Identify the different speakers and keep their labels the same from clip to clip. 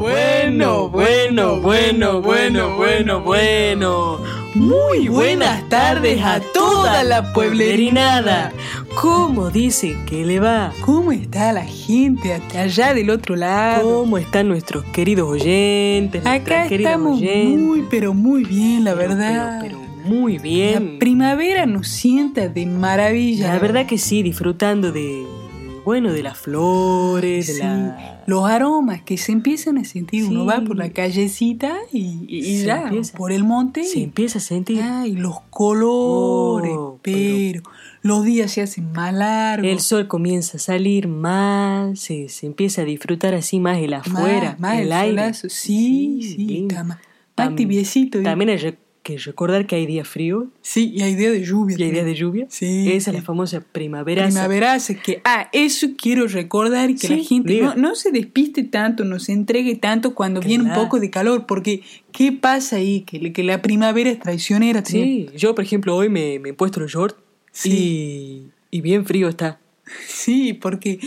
Speaker 1: bueno, bueno, bueno, bueno, bueno, bueno. Muy buenas tardes a toda la pueblerinada. ¿Cómo dice que le va?
Speaker 2: ¿Cómo está la gente hasta allá del otro lado?
Speaker 1: ¿Cómo están nuestros queridos oyentes?
Speaker 2: Acá
Speaker 1: nuestras queridas
Speaker 2: estamos
Speaker 1: oyentes?
Speaker 2: muy, pero muy bien, la
Speaker 1: Pero,
Speaker 2: verdad.
Speaker 1: Pero, pero muy bien.
Speaker 2: La primavera nos sienta de maravilla.
Speaker 1: La verdad que sí, disfrutando de. Bueno, de las flores, de
Speaker 2: Sí,
Speaker 1: la.
Speaker 2: Los aromas que se empiezan a sentir. Uno
Speaker 1: Sí.
Speaker 2: va por la callecita y, y- y
Speaker 1: Se
Speaker 2: ya,
Speaker 1: empieza.
Speaker 2: por el monte.
Speaker 1: Se
Speaker 2: y-
Speaker 1: empieza a sentir.
Speaker 2: Ay, los colores,
Speaker 1: Oh,
Speaker 2: pero, los días se hacen más largos.
Speaker 1: El sol comienza a salir más, se, se empieza a disfrutar así más el afuera,
Speaker 2: Más, más
Speaker 1: el,
Speaker 2: el,
Speaker 1: aire.
Speaker 2: solazo. Sí, sí,
Speaker 1: lindo.
Speaker 2: está más, más
Speaker 1: Tam-
Speaker 2: tibiecito. ¿eh?
Speaker 1: También hay re- que recordar que hay días fríos
Speaker 2: Sí, y hay días de lluvia.
Speaker 1: y hay días
Speaker 2: también.
Speaker 1: de lluvia.
Speaker 2: Sí,
Speaker 1: Esa es la
Speaker 2: sí.
Speaker 1: famosa primavera.
Speaker 2: Primavera hace que, ah, eso quiero recordar que la
Speaker 1: Sí,
Speaker 2: gente
Speaker 1: diga.
Speaker 2: no, no se despiste tanto, no se entregue tanto cuando viene un
Speaker 1: Claro.
Speaker 2: poco de calor, porque ¿qué pasa ahí? Que, que la primavera es traicionera.
Speaker 1: Sí,
Speaker 2: también.
Speaker 1: yo por ejemplo hoy me, me he puesto los shorts
Speaker 2: Sí.
Speaker 1: y, y bien frío está.
Speaker 2: Sí, porque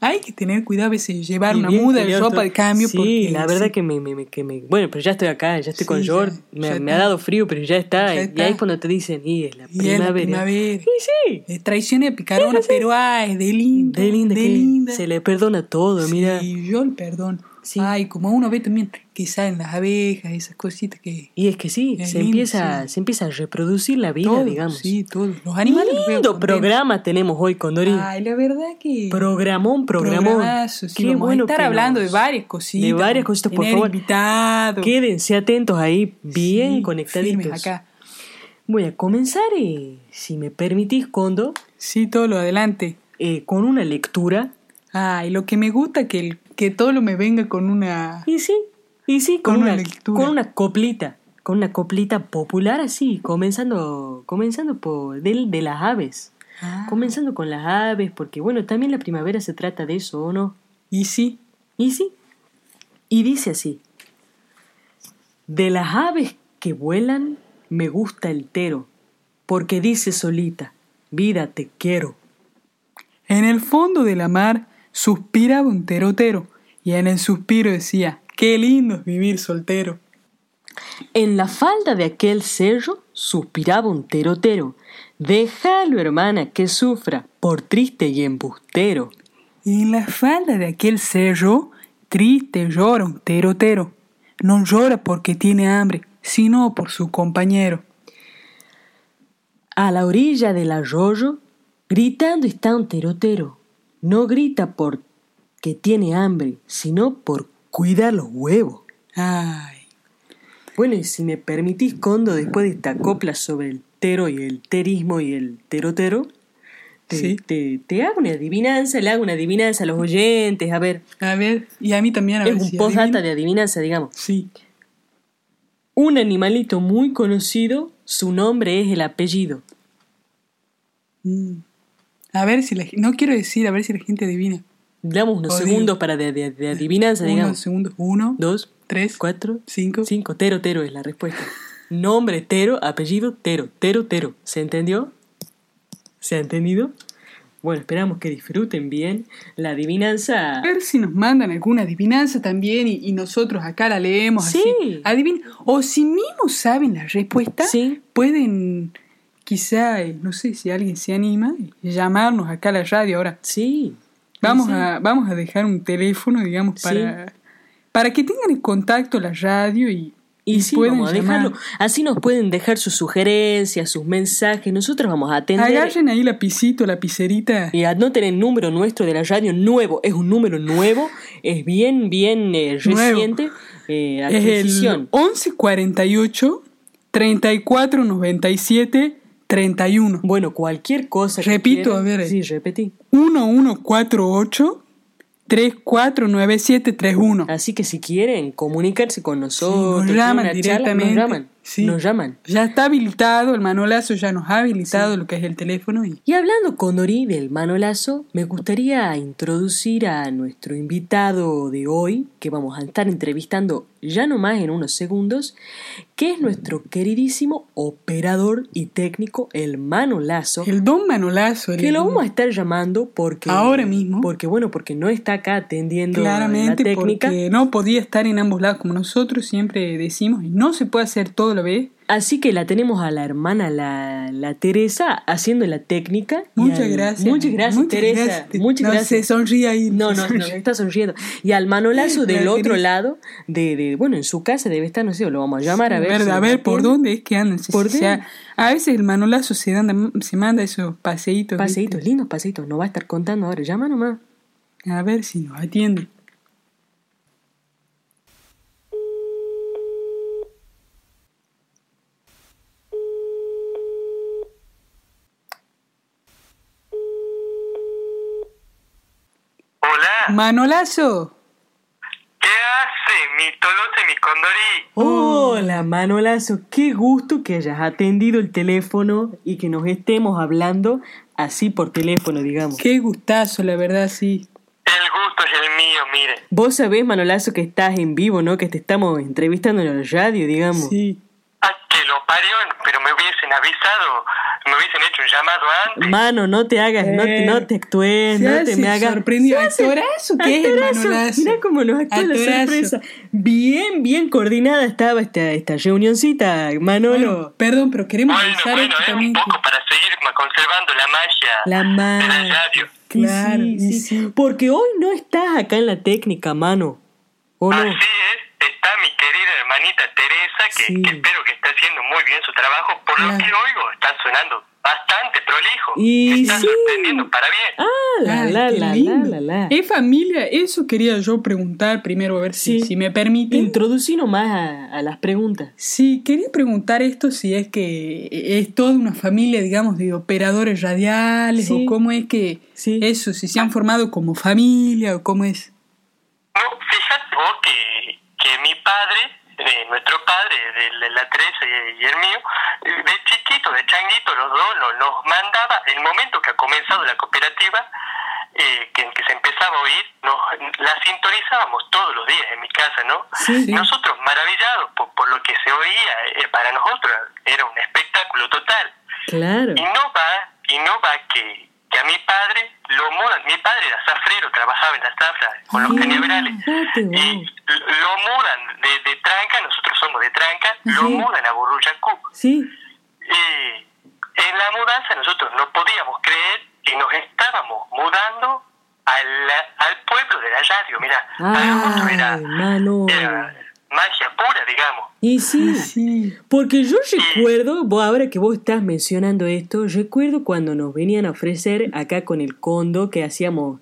Speaker 2: hay que tener cuidado a veces llevar
Speaker 1: Y
Speaker 2: una
Speaker 1: bien
Speaker 2: muda de
Speaker 1: frío
Speaker 2: ropa
Speaker 1: está.
Speaker 2: de cambio.
Speaker 1: Sí,
Speaker 2: porque,
Speaker 1: la verdad
Speaker 2: sí,
Speaker 1: que, me, me- me- que me- Bueno, pero ya estoy acá, ya estoy
Speaker 2: Sí,
Speaker 1: con
Speaker 2: ya-
Speaker 1: short, me,
Speaker 2: ya
Speaker 1: me ha
Speaker 2: está.
Speaker 1: dado frío, pero ya está.
Speaker 2: Ya
Speaker 1: y-
Speaker 2: está.
Speaker 1: Y ahí es cuando te dicen, y es la
Speaker 2: y es
Speaker 1: primavera.
Speaker 2: la primavera.
Speaker 1: Y sí,
Speaker 2: Es traicionera, picarona, pero ay, de linda.
Speaker 1: de linda,
Speaker 2: de
Speaker 1: que
Speaker 2: linda.
Speaker 1: se le perdona todo, mira.
Speaker 2: Y yo el perdón.
Speaker 1: Sí.
Speaker 2: Ay, como uno ve también que salen las abejas, esas cositas que...
Speaker 1: Y es que sí,
Speaker 2: Es
Speaker 1: se
Speaker 2: lindo,
Speaker 1: empieza,
Speaker 2: sí.
Speaker 1: se empieza a reproducir la vida,
Speaker 2: todo,
Speaker 1: digamos.
Speaker 2: Sí, todo. Los animales los veo
Speaker 1: Lindo
Speaker 2: contentos.
Speaker 1: programa tenemos hoy, Condorín.
Speaker 2: Ay, la verdad que...
Speaker 1: programón, programón.
Speaker 2: programazo, sí,
Speaker 1: Qué
Speaker 2: vamos
Speaker 1: bueno
Speaker 2: a estar
Speaker 1: que
Speaker 2: hablando
Speaker 1: nos-
Speaker 2: de varias cositas.
Speaker 1: de varias cositas, por
Speaker 2: Tener
Speaker 1: favor.
Speaker 2: invitados.
Speaker 1: Quédense atentos ahí, bien
Speaker 2: Sí,
Speaker 1: conectaditos.
Speaker 2: firmes acá.
Speaker 1: Voy a comenzar, eh, si me permitís, Condo,
Speaker 2: Sí, todo lo adelante.
Speaker 1: eh, con una lectura.
Speaker 2: Ay, lo que me gusta que, el, que todo lo me venga con una...
Speaker 1: Y sí, y sí, con,
Speaker 2: Con
Speaker 1: una,
Speaker 2: una lectura.
Speaker 1: con una coplita, con una coplita popular así, comenzando, comenzando por del, de las aves.
Speaker 2: Ah,
Speaker 1: Comenzando con las aves, porque bueno, también la primavera se trata de eso, ¿o no?
Speaker 2: y sí,
Speaker 1: Y sí, y dice así, de las aves que vuelan me gusta el tero, porque dice solita, vida te quiero.
Speaker 2: en el fondo de la mar suspiraba un terotero y en el suspiro decía, qué lindo es vivir soltero.
Speaker 1: En la falda de aquel cerro suspiraba un terotero, déjalo hermana que sufra por triste y embustero.
Speaker 2: Y en la falda de aquel cerro, triste llora un terotero. No llora porque tiene hambre, sino por su compañero.
Speaker 1: A la orilla del arroyo, gritando está un terotero. No grita porque tiene hambre, sino por cuidar los huevos.
Speaker 2: Ay,
Speaker 1: Bueno, y si me permitís, Condo, después de esta copla sobre el tero y el terismo y el terotero, te,
Speaker 2: Sí.
Speaker 1: te, te hago una adivinanza, le hago una adivinanza a los oyentes, a ver,
Speaker 2: a ver, y a mí también a
Speaker 1: es
Speaker 2: ver
Speaker 1: un
Speaker 2: si
Speaker 1: postdata
Speaker 2: adivino.
Speaker 1: de adivinanza, digamos.
Speaker 2: Sí,
Speaker 1: Un animalito muy conocido, su nombre es el apellido.
Speaker 2: Mm. a ver si la gen- no quiero decir, a ver si la gente adivina.
Speaker 1: Damos unos
Speaker 2: Jodido.
Speaker 1: segundos para de, de- de adivinanza,
Speaker 2: Uno,
Speaker 1: digamos.
Speaker 2: segundos, uno,
Speaker 1: Dos,
Speaker 2: tres,
Speaker 1: cuatro,
Speaker 2: cinco.
Speaker 1: cinco. Tero, tero es la respuesta. Nombre, tero, apellido, tero, tero, tero. ¿Se entendió? ¿Se ha entendido? Bueno, esperamos que disfruten bien la adivinanza.
Speaker 2: A ver si nos mandan alguna adivinanza también y, y nosotros acá la leemos
Speaker 1: Sí.
Speaker 2: así. Adivin o si mismos saben la respuesta,
Speaker 1: Sí.
Speaker 2: pueden quizá, eh, no sé si alguien se anima, eh, llamarnos acá a la radio ahora.
Speaker 1: Sí.
Speaker 2: Vamos,
Speaker 1: Sí, sí.
Speaker 2: A, vamos a dejar un teléfono, digamos,
Speaker 1: Sí.
Speaker 2: para, para que tengan en contacto la radio y,
Speaker 1: Y sí,
Speaker 2: pueden
Speaker 1: vamos a
Speaker 2: llamar.
Speaker 1: dejarlo. Así nos pueden dejar sus sugerencias, sus mensajes. Nosotros vamos a atender.
Speaker 2: Agarren ahí lapicito, lapicerita.
Speaker 1: Y anoten el número nuestro de la radio nuevo. Es un número nuevo. Es bien, bien eh,
Speaker 2: Nuevo.
Speaker 1: reciente. Eh,
Speaker 2: Es el
Speaker 1: adquisición.
Speaker 2: 1148 3497 31.
Speaker 1: Bueno, cualquier cosa. que
Speaker 2: Repito,
Speaker 1: quieran-
Speaker 2: a ver, eh.
Speaker 1: Sí, repetí.
Speaker 2: 1148 349731.
Speaker 1: Así que si quieren comunicarse con
Speaker 2: Sí, nos
Speaker 1: nosotros, tener una
Speaker 2: llaman
Speaker 1: charla,
Speaker 2: directamente.
Speaker 1: nos llaman.
Speaker 2: Sí.
Speaker 1: nos llaman.
Speaker 2: Ya está habilitado, el Manolazo ya nos ha habilitado lo que es el teléfono y
Speaker 1: Y hablando con Ori del Manolazo, me gustaría introducir a nuestro invitado de hoy, que vamos a estar entrevistando ya nomás en unos segundos, que es nuestro queridísimo operador y técnico, el Manolazo.
Speaker 2: el don Manolazo. el-
Speaker 1: Que lo vamos a estar llamando porque.
Speaker 2: Ahora mismo.
Speaker 1: Porque, bueno, porque no está acá atendiendo
Speaker 2: Claramente,
Speaker 1: la técnica.
Speaker 2: porque no podía estar en ambos lados, como nosotros siempre decimos, y no se puede hacer todo a la vez.
Speaker 1: Así que la tenemos a la hermana, la, la Teresa, haciendo la técnica. y
Speaker 2: Muchas
Speaker 1: al-
Speaker 2: gracias.
Speaker 1: Muchas gracias, Teresa.
Speaker 2: gracias.
Speaker 1: Muchas
Speaker 2: no
Speaker 1: gracias.
Speaker 2: se sonríe ahí.
Speaker 1: No, no, no, está sonriendo. Y al manolazo del
Speaker 2: La
Speaker 1: otro
Speaker 2: Teresa.
Speaker 1: lado, de, de- bueno, en su casa debe estar, no sé, lo vamos a llamar a ver.
Speaker 2: Verdad,
Speaker 1: si
Speaker 2: a ver, ¿por
Speaker 1: atiende.
Speaker 2: dónde es que andan? Si-
Speaker 1: ¿Por
Speaker 2: o sea,
Speaker 1: dónde?
Speaker 2: a veces el manolazo se, anda- se manda esos paseitos. ¿viste?
Speaker 1: Paseitos, lindos paseitos, no va a estar contando ahora, llama nomás.
Speaker 2: A ver si nos atiende.
Speaker 3: Hola,
Speaker 2: Manolazo.
Speaker 3: ¿qué hace mi Tolosa, mi Condorí?
Speaker 1: Hola Oh. Manolazo, qué gusto que hayas atendido el teléfono y que nos estemos hablando así por teléfono, digamos.
Speaker 2: Qué gustazo, la verdad, sí.
Speaker 3: El gusto es el mío, mire.
Speaker 1: Vos sabés, Manolazo, que estás en vivo, ¿no? Que te estamos entrevistando en la radio, digamos.
Speaker 2: Sí.
Speaker 3: Ah, que lo parió, pero me hubiesen avisado, me hubiesen hecho un llamado antes.
Speaker 1: Mano, no te hagas, no, te,
Speaker 2: Eh.
Speaker 1: no te actúes,
Speaker 2: Se
Speaker 1: no
Speaker 2: hace
Speaker 1: te me hagas.
Speaker 2: sorprendido.
Speaker 1: Se hace-
Speaker 2: Actorazo que es el
Speaker 1: Actorazo.
Speaker 2: Manolazo.
Speaker 1: Mirá cómo nos actúa la
Speaker 2: Actorazo.
Speaker 1: sorpresa. Bien, bien coordinada estaba esta, esta reunioncita, Manolo.
Speaker 2: Bueno, perdón, pero queremos
Speaker 3: Bueno,
Speaker 2: avisar
Speaker 3: bueno,
Speaker 2: esto
Speaker 3: es un
Speaker 2: también que-
Speaker 3: poco para seguir ma- conservando la magia
Speaker 1: La
Speaker 3: de la
Speaker 1: magia.
Speaker 3: radio.
Speaker 1: Y
Speaker 2: Claro,
Speaker 1: sí,
Speaker 2: y
Speaker 1: sí.
Speaker 2: sí.
Speaker 1: Porque hoy no estás acá en la técnica, mano. ¿O no?
Speaker 3: Así es, está mi querida hermanita Teresa, que,
Speaker 1: Sí.
Speaker 3: que espero que esté haciendo muy bien su trabajo. Por lo
Speaker 2: Claro.
Speaker 3: que oigo, está sonando bastante prolijo.
Speaker 1: Y
Speaker 3: Me está
Speaker 1: sí.
Speaker 3: sorprendiendo para bien.
Speaker 1: Ah, la,
Speaker 2: Ay,
Speaker 1: la,
Speaker 2: qué
Speaker 1: la, la,
Speaker 2: lindo.
Speaker 1: la,
Speaker 2: Eh,
Speaker 1: la.
Speaker 2: ¿Es familia? Eso quería yo preguntar primero, a ver si,
Speaker 1: Sí.
Speaker 2: si me permiten.
Speaker 1: Introducí nomás a, a las preguntas.
Speaker 2: Sí, quería preguntar esto si es que es toda una familia, digamos, de operadores radiales
Speaker 1: Sí.
Speaker 2: o cómo es que
Speaker 1: Sí.
Speaker 2: eso, si se han formado como familia o cómo es.
Speaker 3: No, fíjate vos que, que mi padre, eh, nuestro padre, de la- la Teresa y, y el mío, eh, de chiquito, de changuito, los dos lo- nos mandaba, el momento que ha comenzado la cooperativa, eh, que, que se empezaba a oír, nos, la sintonizábamos todos los días en mi casa, ¿no?
Speaker 2: Sí, sí.
Speaker 3: Nosotros maravillados por, por lo que se oía, eh, para nosotros era un espectáculo total.
Speaker 1: Claro.
Speaker 3: Y no va, y no va que, que a mi padre, lo mudan, mi padre era zafrero, trabajaba en la zafra con los
Speaker 1: Ah,
Speaker 3: cañaverales.
Speaker 1: fíjate vos.
Speaker 3: Y l- lo mudan de, de Tranca, nosotros somos de Tranca,
Speaker 1: Ajá.
Speaker 3: lo mudan a Burruchacú.
Speaker 1: Sí.
Speaker 3: Y en la mudanza nosotros no podíamos creer que nos estábamos mudando al, al pueblo de la radio, mira, para
Speaker 2: Ah,
Speaker 3: nosotros era,
Speaker 1: Ay, mano.
Speaker 3: era magia pura, digamos.
Speaker 1: Y sí.
Speaker 2: Ah, Sí.
Speaker 1: Porque yo recuerdo, vos, ahora que vos estás mencionando esto, recuerdo cuando nos venían a ofrecer acá con el condo que hacíamos,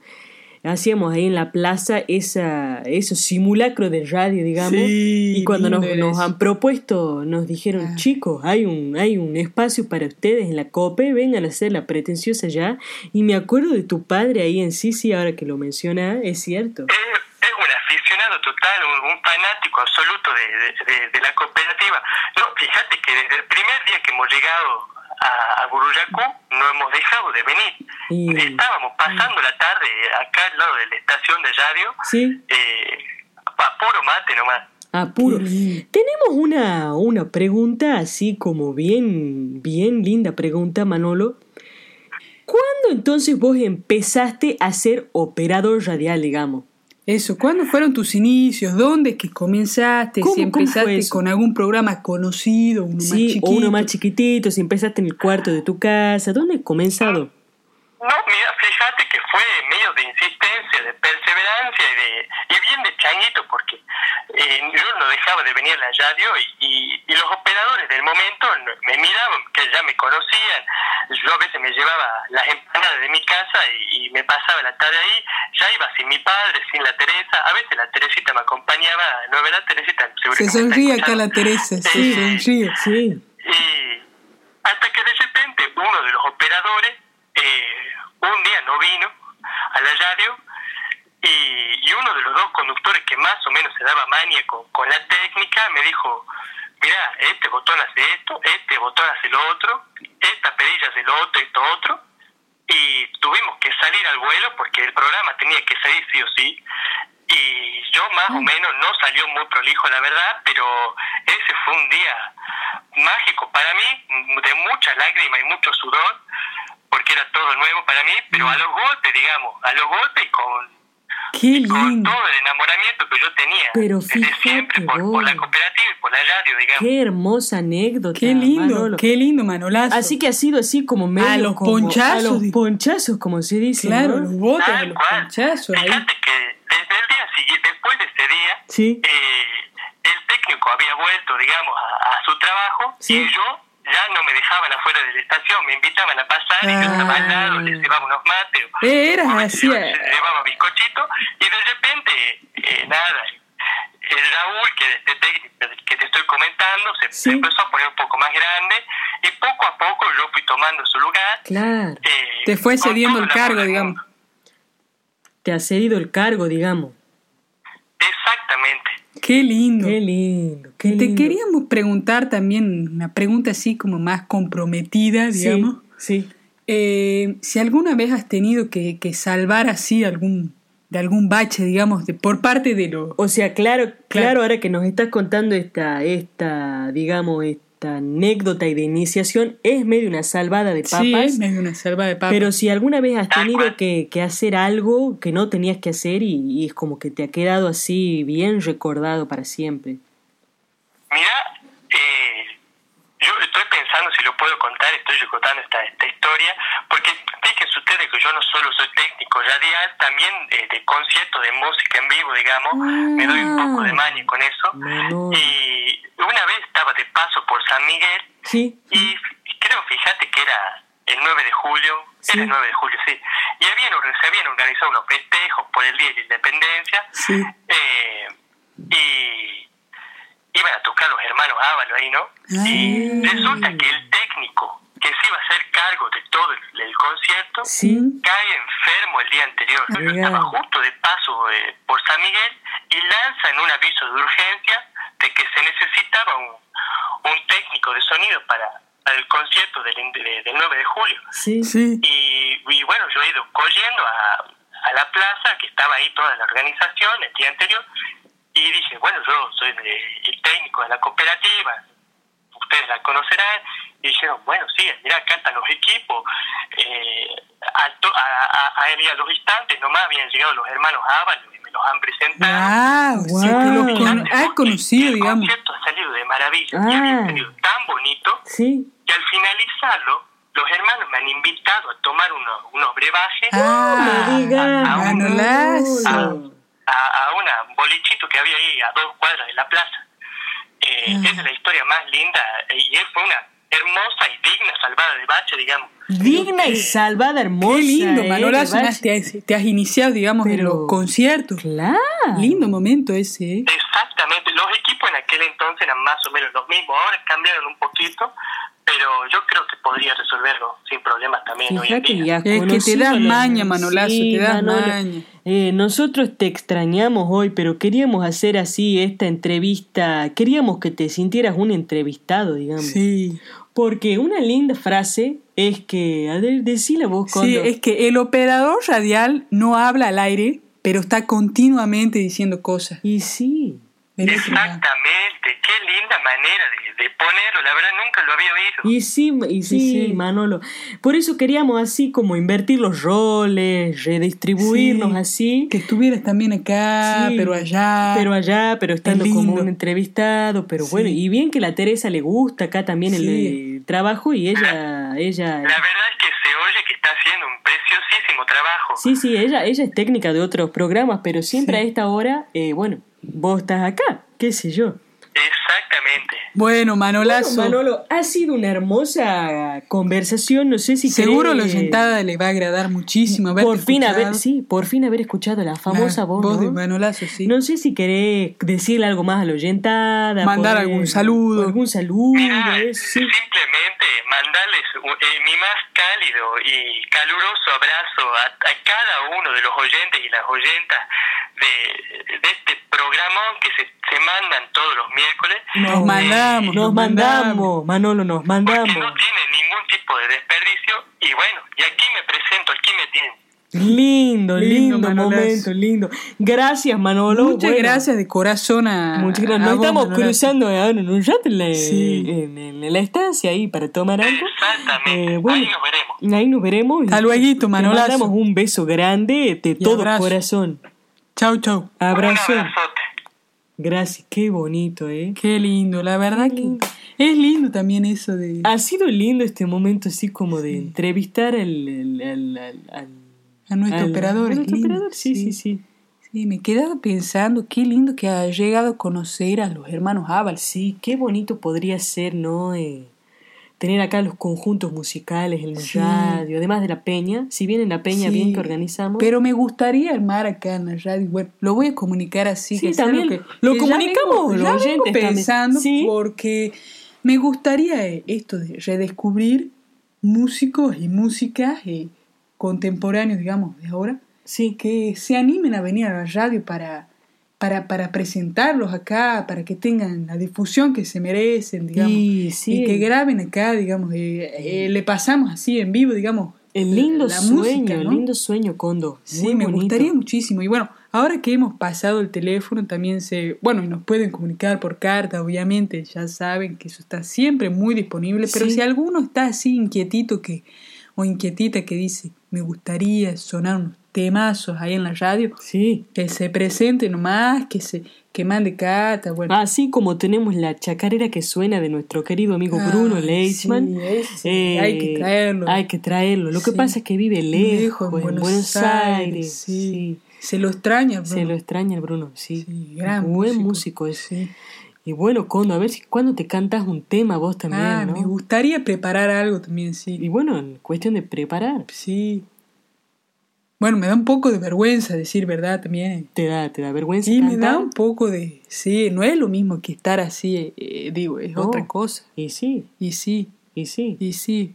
Speaker 1: hacíamos ahí en la plaza esa, esos simulacro de radio, digamos.
Speaker 2: Sí,
Speaker 1: y cuando nos,
Speaker 2: lindo era
Speaker 1: nos
Speaker 2: eso. Ah.
Speaker 1: han propuesto, nos dijeron, chicos, hay un, hay un espacio para ustedes en la COPE, vengan a hacer la pretenciosa ya. Y me acuerdo de tu padre ahí en Sisi, ahora que lo menciona, es cierto.
Speaker 3: Es, es un aficionado total, un, un fanático absoluto de, de- de- de la cooperativa. No, fíjate que desde el primer día que hemos llegado a, a Buruyacú no hemos dejado de venir.
Speaker 1: Y-
Speaker 3: Estábamos pasando la tarde acá al lado de la estación de radio,
Speaker 1: Sí.
Speaker 3: eh, a puro mate nomás.
Speaker 1: Apuro.
Speaker 2: Qué lindo.
Speaker 1: Tenemos una, una pregunta así como bien, bien linda pregunta, Manolo. ¿Cuándo entonces vos empezaste a ser operador radial, digamos?
Speaker 2: Eso, ¿cuándo fueron tus inicios? ¿Dónde es que comenzaste?
Speaker 1: ¿Cómo-
Speaker 2: si
Speaker 1: cómo fue
Speaker 2: empezaste
Speaker 1: eso?
Speaker 2: con algún programa conocido, uno más
Speaker 1: Sí,
Speaker 2: chiquito.
Speaker 1: o uno más chiquitito, si empezaste en el cuarto de tu casa, ¿dónde has comenzado?
Speaker 3: No, mira, fíjate que fue medio de insistencia, de perseverancia y, de, y bien de changuito, porque eh, yo no dejaba de venir a la radio y, y- y los operadores del momento no- me miraban, que ya me conocían. Yo a veces me llevaba las empanadas de mi casa y, y me pasaba la tarde ahí. Ya iba sin mi padre, sin la Teresa. A veces la Teresita me acompañaba, ¿no es verdad, Teresita? Seguro
Speaker 2: Se
Speaker 3: que me está
Speaker 2: sonríe acá la
Speaker 3: escuchando.
Speaker 2: Teresa, se
Speaker 3: Sí.
Speaker 2: sonríe.
Speaker 1: Sí,
Speaker 3: Y Mm. hasta que de repente uno de los operadores eh, un día no vino a la radio y, y uno de los dos conductores que más o menos se daba mania con, con la técnica me dijo, mira, este botón hace esto, este botón hace lo otro, esta perilla hace lo otro, esto otro, y tuvimos que salir al vuelo porque el programa tenía que salir sí o sí, y yo más
Speaker 1: Mm.
Speaker 3: o menos no salió muy prolijo la verdad, pero ese fue un día mágico para mí, de muchas lágrimas y mucho sudor, porque era todo nuevo para mí,
Speaker 1: Mm.
Speaker 3: pero a los golpes, digamos, a los golpes y con,
Speaker 1: Qué
Speaker 3: y con
Speaker 1: lindo.
Speaker 3: todo el enamoramiento que yo tenía
Speaker 1: Pero
Speaker 3: desde
Speaker 1: fíjate
Speaker 3: siempre por, por la
Speaker 1: vos.
Speaker 3: cooperativa y por la radio, digamos.
Speaker 1: Qué hermosa anécdota.
Speaker 2: Qué lindo,
Speaker 1: Manolo.
Speaker 2: qué lindo, Manolazo.
Speaker 1: Así que ha sido así como medio.
Speaker 2: A los
Speaker 1: como-
Speaker 2: ponchazos,
Speaker 1: A los
Speaker 2: dice.
Speaker 1: ponchazos, como se dice. ¿no?
Speaker 2: claro, los botes,
Speaker 3: Tal
Speaker 2: los
Speaker 3: cual.
Speaker 2: pinchazos ahí.
Speaker 3: Fíjate que desde el día siguiente, después de ese día,
Speaker 1: Sí.
Speaker 3: eh, el técnico había vuelto, digamos, a, a su trabajo
Speaker 1: Sí.
Speaker 3: y yo ya no me dejaban afuera de la estación, me invitaban a pasar y yo estaba al lado,
Speaker 2: Ah.
Speaker 3: les llevaba unos mates, o-
Speaker 2: Eh, eras
Speaker 3: o les
Speaker 2: así,
Speaker 3: llevaba-
Speaker 2: eh.
Speaker 3: les llevaba bizcochito y de repente, eh, nada, el Raúl, que este técnico que te estoy comentando, se,
Speaker 1: Sí.
Speaker 3: se empezó a poner un poco más grande y poco a poco yo fui tomando su lugar.
Speaker 1: Claro.
Speaker 3: eh,
Speaker 2: Te fue
Speaker 3: con
Speaker 2: cediendo
Speaker 3: todo
Speaker 2: el
Speaker 3: amor
Speaker 2: cargo,
Speaker 3: del
Speaker 2: digamos.
Speaker 3: mundo.
Speaker 1: Te ha cedido el cargo, digamos.
Speaker 3: Exactamente.
Speaker 2: Qué lindo.
Speaker 1: Qué lindo, qué
Speaker 2: Te
Speaker 1: lindo.
Speaker 2: queríamos preguntar también una pregunta así como más comprometida,
Speaker 1: Sí,
Speaker 2: digamos.
Speaker 1: Sí.
Speaker 2: Eh, si alguna vez has tenido que, que salvar así algún de algún bache, digamos, de, por parte de los...
Speaker 1: O sea, claro, claro,
Speaker 2: Claro.
Speaker 1: ahora que nos estás contando esta, esta, digamos, esta anécdota y de iniciación, es medio una salvada de papas.
Speaker 2: Sí, es medio una salva de papas.
Speaker 1: Pero si alguna vez has
Speaker 3: Tal
Speaker 1: tenido
Speaker 3: cual.
Speaker 1: que, que hacer algo que no tenías que hacer y, y es como que te ha quedado así bien recordado para siempre.
Speaker 3: Mira, eh, yo estoy pensando si lo puedo contar, estoy contando esta, esta historia, porque fíjense ustedes que yo no solo soy técnico radial, también eh, de conciertos de música en vivo, digamos, me doy un poco de maña con eso.
Speaker 1: Manolo.
Speaker 3: Y una vez estaba de paso por San Miguel
Speaker 1: Sí,
Speaker 3: y f- creo, fíjate que era el 9 de julio,
Speaker 1: Sí.
Speaker 3: era el 9 de julio, sí, y habían, or- se habían organizado unos festejos por el Día de la Independencia.
Speaker 2: Sí.
Speaker 3: Eh, y iban a tocar los hermanos Ávalo ahí, ¿no? Y
Speaker 2: Ah.
Speaker 3: resulta que el técnico que se iba a hacer cargo de todo el, el concierto
Speaker 1: sí. Ah,
Speaker 3: cae enfermo el día anterior. Yo
Speaker 1: Mira.
Speaker 3: estaba justo de paso eh, por San Miguel y lanzan un aviso de urgencia de que se necesitaba un, un técnico de sonido para, para el concierto del, in- de- del 9 de julio.
Speaker 1: Sí,
Speaker 2: Sí.
Speaker 3: Y, y bueno, yo he ido corriendo a, a la plaza, que estaba ahí toda la organización el día anterior, y dije, bueno, yo soy de- el técnico de la cooperativa, ustedes la conocerán, y dijeron, bueno, sí, mira, acá están los equipos, eh, al to- a, a, a- a los instantes nomás habían llegado los hermanos Ábalos y me los han presentado.
Speaker 2: Wow,
Speaker 1: Wow.
Speaker 2: sí, te los
Speaker 3: Fíjate
Speaker 2: con-
Speaker 3: vos
Speaker 2: has
Speaker 3: que
Speaker 2: Ah, conocido,
Speaker 3: el
Speaker 2: digamos.
Speaker 3: concierto ha salido de maravilla, y
Speaker 1: Ah.
Speaker 3: había salido tan bonito
Speaker 1: sí.
Speaker 3: que al finalizarlo, los hermanos me han invitado a tomar unos, unos brebajes
Speaker 2: Ah,
Speaker 1: me digas,
Speaker 3: a- a-
Speaker 2: Manolazo.
Speaker 1: Manolo.
Speaker 3: a, a una- un bolichito que había ahí a dos cuadras de la plaza. Eh,
Speaker 2: Ah.
Speaker 3: Esa es la historia más linda eh, y fue una hermosa y digna salvada de bache, digamos.
Speaker 1: Digna y salvada, hermosa.
Speaker 2: Qué lindo,
Speaker 1: ¿eh?
Speaker 2: Manolazo.
Speaker 1: Que
Speaker 2: más
Speaker 1: vaya-
Speaker 2: Te has, te has iniciado, digamos, en
Speaker 1: Pero-
Speaker 2: los conciertos.
Speaker 1: Claro.
Speaker 2: Lindo momento ese, ¿eh?
Speaker 3: Exactamente, los equipos en aquel entonces eran más o menos los mismos, ahora cambiaron un poquito, pero yo creo que podría resolverlo sin problemas también hoy en
Speaker 1: Fíjate,
Speaker 3: día.
Speaker 1: ya
Speaker 2: Es que te
Speaker 1: conocí
Speaker 2: das
Speaker 1: a los-
Speaker 2: maña, Manolazo, te das maña.
Speaker 1: Eh, nosotros te extrañamos hoy, pero queríamos hacer así esta entrevista. Queríamos que te sintieras un entrevistado, digamos.
Speaker 2: Sí.
Speaker 1: Porque una linda frase es que, a ver, decila vos,
Speaker 2: Sí,
Speaker 1: Cóndor.
Speaker 2: es que el operador radial no habla al aire, pero está continuamente diciendo cosas.
Speaker 1: Y sí,
Speaker 2: del otro lado.
Speaker 3: Exactamente, qué linda manera de, de ponerlo, la verdad nunca lo había oído.
Speaker 1: y sí, y sí,
Speaker 2: Sí.
Speaker 1: Manolo. Por eso queríamos así como invertir los roles, redistribuirnos
Speaker 2: Sí,
Speaker 1: así.
Speaker 2: Que estuvieras también acá,
Speaker 1: Sí,
Speaker 2: Ah, pero allá.
Speaker 1: Pero allá, pero estando
Speaker 2: Qué lindo.
Speaker 1: como un entrevistado, pero
Speaker 2: Sí.
Speaker 1: bueno, y bien que la Teresa le gusta acá también el,
Speaker 2: Sí.
Speaker 1: el trabajo y ella, ella,
Speaker 3: La verdad es que se oye que está haciendo un preciosísimo trabajo.
Speaker 1: sí, sí, ella, ella es técnica de otros programas, pero siempre
Speaker 2: Sí.
Speaker 1: a esta hora, eh, bueno, vos estás acá, qué sé yo.
Speaker 3: Exactamente.
Speaker 2: Bueno, Manolazo.
Speaker 1: Bueno, Manolo, ha sido una hermosa conversación, no sé si
Speaker 2: seguro la
Speaker 1: querés- eh,
Speaker 2: sentada le va a agradar muchísimo. haberte
Speaker 1: por fin
Speaker 2: escuchado.
Speaker 1: haber, sí, por fin haber escuchado la famosa
Speaker 2: La
Speaker 1: voz,
Speaker 2: de
Speaker 1: ¿no?
Speaker 2: Manolazo, sí.
Speaker 1: No sé si querés decirle algo más a la oyentada.
Speaker 2: Mandar algún saludo.
Speaker 1: Algún saludo.
Speaker 3: Mira,
Speaker 1: eso, sí.
Speaker 3: simplemente mandarles un- eh, mi más cálido y caluroso abrazo a, a cada uno de los oyentes y las oyentas de, de este programón que se, se mandan todos los miércoles.
Speaker 2: Nos
Speaker 1: Nos
Speaker 2: mandamos, nos
Speaker 1: mandamos, Manolo, nos
Speaker 3: Porque
Speaker 1: mandamos.
Speaker 3: no tiene ningún tipo de desperdicio. Y bueno, y aquí me presento, aquí me tienen.
Speaker 1: Lindo, lindo,
Speaker 2: Lindo, Manolazo.
Speaker 1: momento, lindo. Gracias, Manolo.
Speaker 2: Muchas
Speaker 1: Bueno,
Speaker 2: gracias de corazón a.
Speaker 1: Muchas gracias.
Speaker 2: a
Speaker 1: Nos
Speaker 2: vos,
Speaker 1: estamos
Speaker 2: Manolazo.
Speaker 1: cruzando eh, ahora en un rato en la,
Speaker 2: Sí.
Speaker 1: en, en- en la estancia ahí para tomar algo.
Speaker 3: Exactamente.
Speaker 1: Eh, bueno,
Speaker 3: Ahí nos veremos.
Speaker 1: ahí nos veremos.
Speaker 2: Hasta luego,
Speaker 1: Te
Speaker 2: Manolazo.
Speaker 1: mandamos un beso grande de
Speaker 2: Y
Speaker 1: todo
Speaker 2: abrazo.
Speaker 1: corazón.
Speaker 2: Chau, chau.
Speaker 1: Abrazo.
Speaker 3: Un abrazote.
Speaker 1: Gracias, qué bonito, ¿eh?
Speaker 2: Qué lindo, la verdad que. Es lindo también eso de.
Speaker 1: Ha sido lindo este momento así como de entrevistar al... al- al- al- al-
Speaker 2: A nuestro
Speaker 1: al-
Speaker 2: operador,
Speaker 1: a
Speaker 2: es
Speaker 1: nuestro
Speaker 2: lindo,
Speaker 1: operador, sí, sí,
Speaker 2: sí.
Speaker 1: sí.
Speaker 2: Sí, me quedaba pensando, qué lindo que ha llegado a conocer a los hermanos Ábal.
Speaker 1: Sí, qué bonito podría ser, ¿no? Eh, tener acá los conjuntos musicales en la
Speaker 2: Sí.
Speaker 1: radio, además de la peña, si bien en la peña
Speaker 2: Sí,
Speaker 1: bien que organizamos.
Speaker 2: Pero me gustaría armar acá en la radio. Bueno, lo voy a comunicar así.
Speaker 1: Sí,
Speaker 2: que sea
Speaker 1: también.
Speaker 2: que-
Speaker 1: Lo
Speaker 2: que ya
Speaker 1: comunicamos,
Speaker 2: vengo-
Speaker 1: los
Speaker 2: ya vengo
Speaker 1: oyentes también.
Speaker 2: pensando
Speaker 1: Sí.
Speaker 2: porque me gustaría eh, esto de redescubrir músicos y músicas eh, contemporáneos, digamos, de ahora,
Speaker 1: sí,
Speaker 2: que se animen a venir a la radio para, para, para presentarlos acá, para que tengan la difusión que se merecen, digamos.
Speaker 1: y, sí,
Speaker 2: y que graben acá, digamos, eh, eh, le pasamos así en vivo, digamos.
Speaker 1: el lindo
Speaker 2: la
Speaker 1: sueño,
Speaker 2: música,
Speaker 1: el
Speaker 2: ¿no?
Speaker 1: lindo sueño, Condo.
Speaker 2: Sí,
Speaker 1: Muy
Speaker 2: me
Speaker 1: bonito.
Speaker 2: gustaría muchísimo. Y bueno, ahora que hemos pasado el teléfono, también se, bueno, y nos pueden comunicar por carta, obviamente, ya saben que eso está siempre muy disponible, pero
Speaker 1: Sí.
Speaker 2: si alguno está así inquietito que, o inquietita que dice, me gustaría sonar unos temazos ahí en la radio,
Speaker 1: Sí.
Speaker 2: que se presente nomás, que se, que mande carta, bueno.
Speaker 1: Así como tenemos la chacarera que suena de nuestro querido amigo
Speaker 2: Ah,
Speaker 1: Bruno
Speaker 2: sí,
Speaker 1: Leishman.
Speaker 2: ese,
Speaker 1: eh,
Speaker 2: hay que traerlo.
Speaker 1: Hay que traerlo. Lo que
Speaker 2: Sí.
Speaker 1: pasa es que vive lejos, en Buenos, Aires.
Speaker 2: sí.
Speaker 1: sí.
Speaker 2: Se lo extraña,
Speaker 1: Se
Speaker 2: Bruno.
Speaker 1: lo extraña el Bruno, sí.
Speaker 2: Sí, gran
Speaker 1: Buen músico,
Speaker 2: músico.
Speaker 1: es.
Speaker 2: Sí.
Speaker 1: Y bueno, Condo, a ver si cuando te cantas un tema vos también,
Speaker 2: Ah,
Speaker 1: ¿no?
Speaker 2: me gustaría preparar algo también, sí.
Speaker 1: Y bueno, en cuestión de preparar,
Speaker 2: Sí. Bueno, me da un poco de vergüenza decir verdad también.
Speaker 1: te da, te da vergüenza.
Speaker 2: Sí, me
Speaker 1: cantar.
Speaker 2: da un poco de... Sí, no es lo mismo que estar así, eh, eh, digo, es
Speaker 1: No.
Speaker 2: otra cosa.
Speaker 1: Y sí,
Speaker 2: Y sí,
Speaker 1: y sí.
Speaker 2: y sí.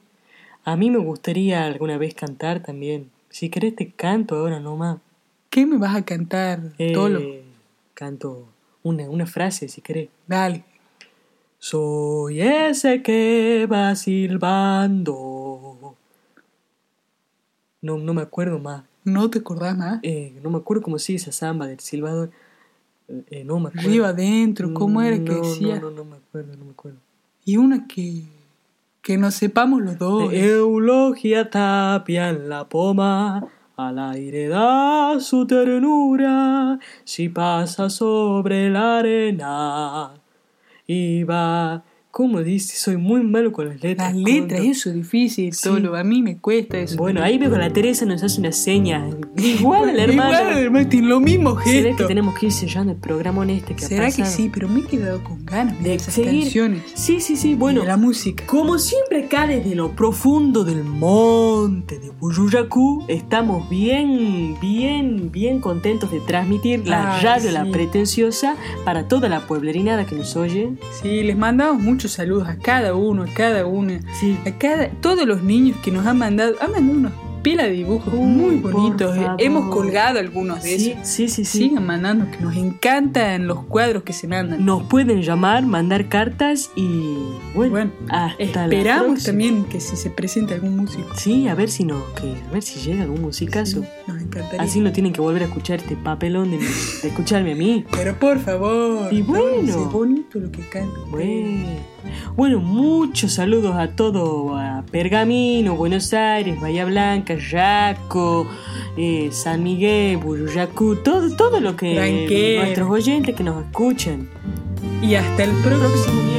Speaker 1: A mí me gustaría alguna vez cantar también. Si querés te canto ahora nomás.
Speaker 2: ¿Qué me vas a cantar,
Speaker 1: Eh,
Speaker 2: Tolo?
Speaker 1: Canto una, una frase, si querés.
Speaker 2: Dale.
Speaker 1: Soy ese que va silbando. No, no me acuerdo más.
Speaker 2: ¿No te acordás más?
Speaker 1: Eh, no me acuerdo cómo sigue esa samba del silbador. Eh, eh, no me acuerdo.
Speaker 2: Arriba, adentro, ¿cómo era que
Speaker 1: No,
Speaker 2: decía?
Speaker 1: No, no, no me acuerdo, no me acuerdo.
Speaker 2: Y una que... Que nos sepamos los dos.
Speaker 1: De Eulogia Eh, tapia en la poma, al aire da su ternura, si pasa sobre la arena. Y va, ¿cómo dice? Soy muy malo con las letras.
Speaker 2: Las letras,
Speaker 1: Condo.
Speaker 2: eso es difícil,
Speaker 1: Sí.
Speaker 2: Tolo. A mí me cuesta eso.
Speaker 1: Bueno, ahí veo que la Teresa nos hace una seña. Igual a la hermana.
Speaker 2: Igual, hermano, tiene lo mismo
Speaker 1: ¿Será que
Speaker 2: gesto.
Speaker 1: tenemos que ir sellando el programa en este que ha
Speaker 2: ¿Será que
Speaker 1: pasado?
Speaker 2: sí? Pero me he quedado con ganas mira,
Speaker 1: De
Speaker 2: esas
Speaker 1: seguir.
Speaker 2: canciones.
Speaker 1: Sí, sí, sí. Bueno,
Speaker 2: de la música.
Speaker 1: Como siempre acá desde lo profundo del monte de Buyuyacú, estamos bien, bien, bien contentos de transmitir la
Speaker 2: Ay,
Speaker 1: radio La
Speaker 2: sí.
Speaker 1: Pretenciosa para toda la pueblerinada que nos oye.
Speaker 2: Sí, les mandamos muchos saludos a cada uno, a cada una,
Speaker 1: Sí.
Speaker 2: a cada, todos los niños que nos han mandado, han mandado unos pila de dibujos muy
Speaker 1: por
Speaker 2: bonitos. eh.
Speaker 1: favor.
Speaker 2: Hemos colgado algunos de
Speaker 1: Sí,
Speaker 2: esos.
Speaker 1: sí, sí, sí.
Speaker 2: Sigan mandando, que nos encantan los cuadros que se mandan.
Speaker 1: Nos pueden llamar, mandar cartas y bueno,
Speaker 2: Bueno,
Speaker 1: hasta la
Speaker 2: Esperamos
Speaker 1: próxima.
Speaker 2: también que si se presente algún músico.
Speaker 1: Sí, a ver si no, que a ver si llega algún musicazo.
Speaker 2: Sí, nos encantaría.
Speaker 1: Así no tienen que volver a escuchar este papelón de, mí- de escucharme a mí.
Speaker 2: Pero por favor.
Speaker 1: Y bueno.
Speaker 2: Es bonito lo que canta.
Speaker 1: Bueno, Bueno, muchos saludos a todo, a Pergamino, Buenos Aires, Bahía Blanca, Yaco, eh, San Miguel, Buruyacú, todo, todo lo que
Speaker 2: Tranquera.
Speaker 1: nuestros oyentes que nos escuchan.
Speaker 2: Y hasta el próximo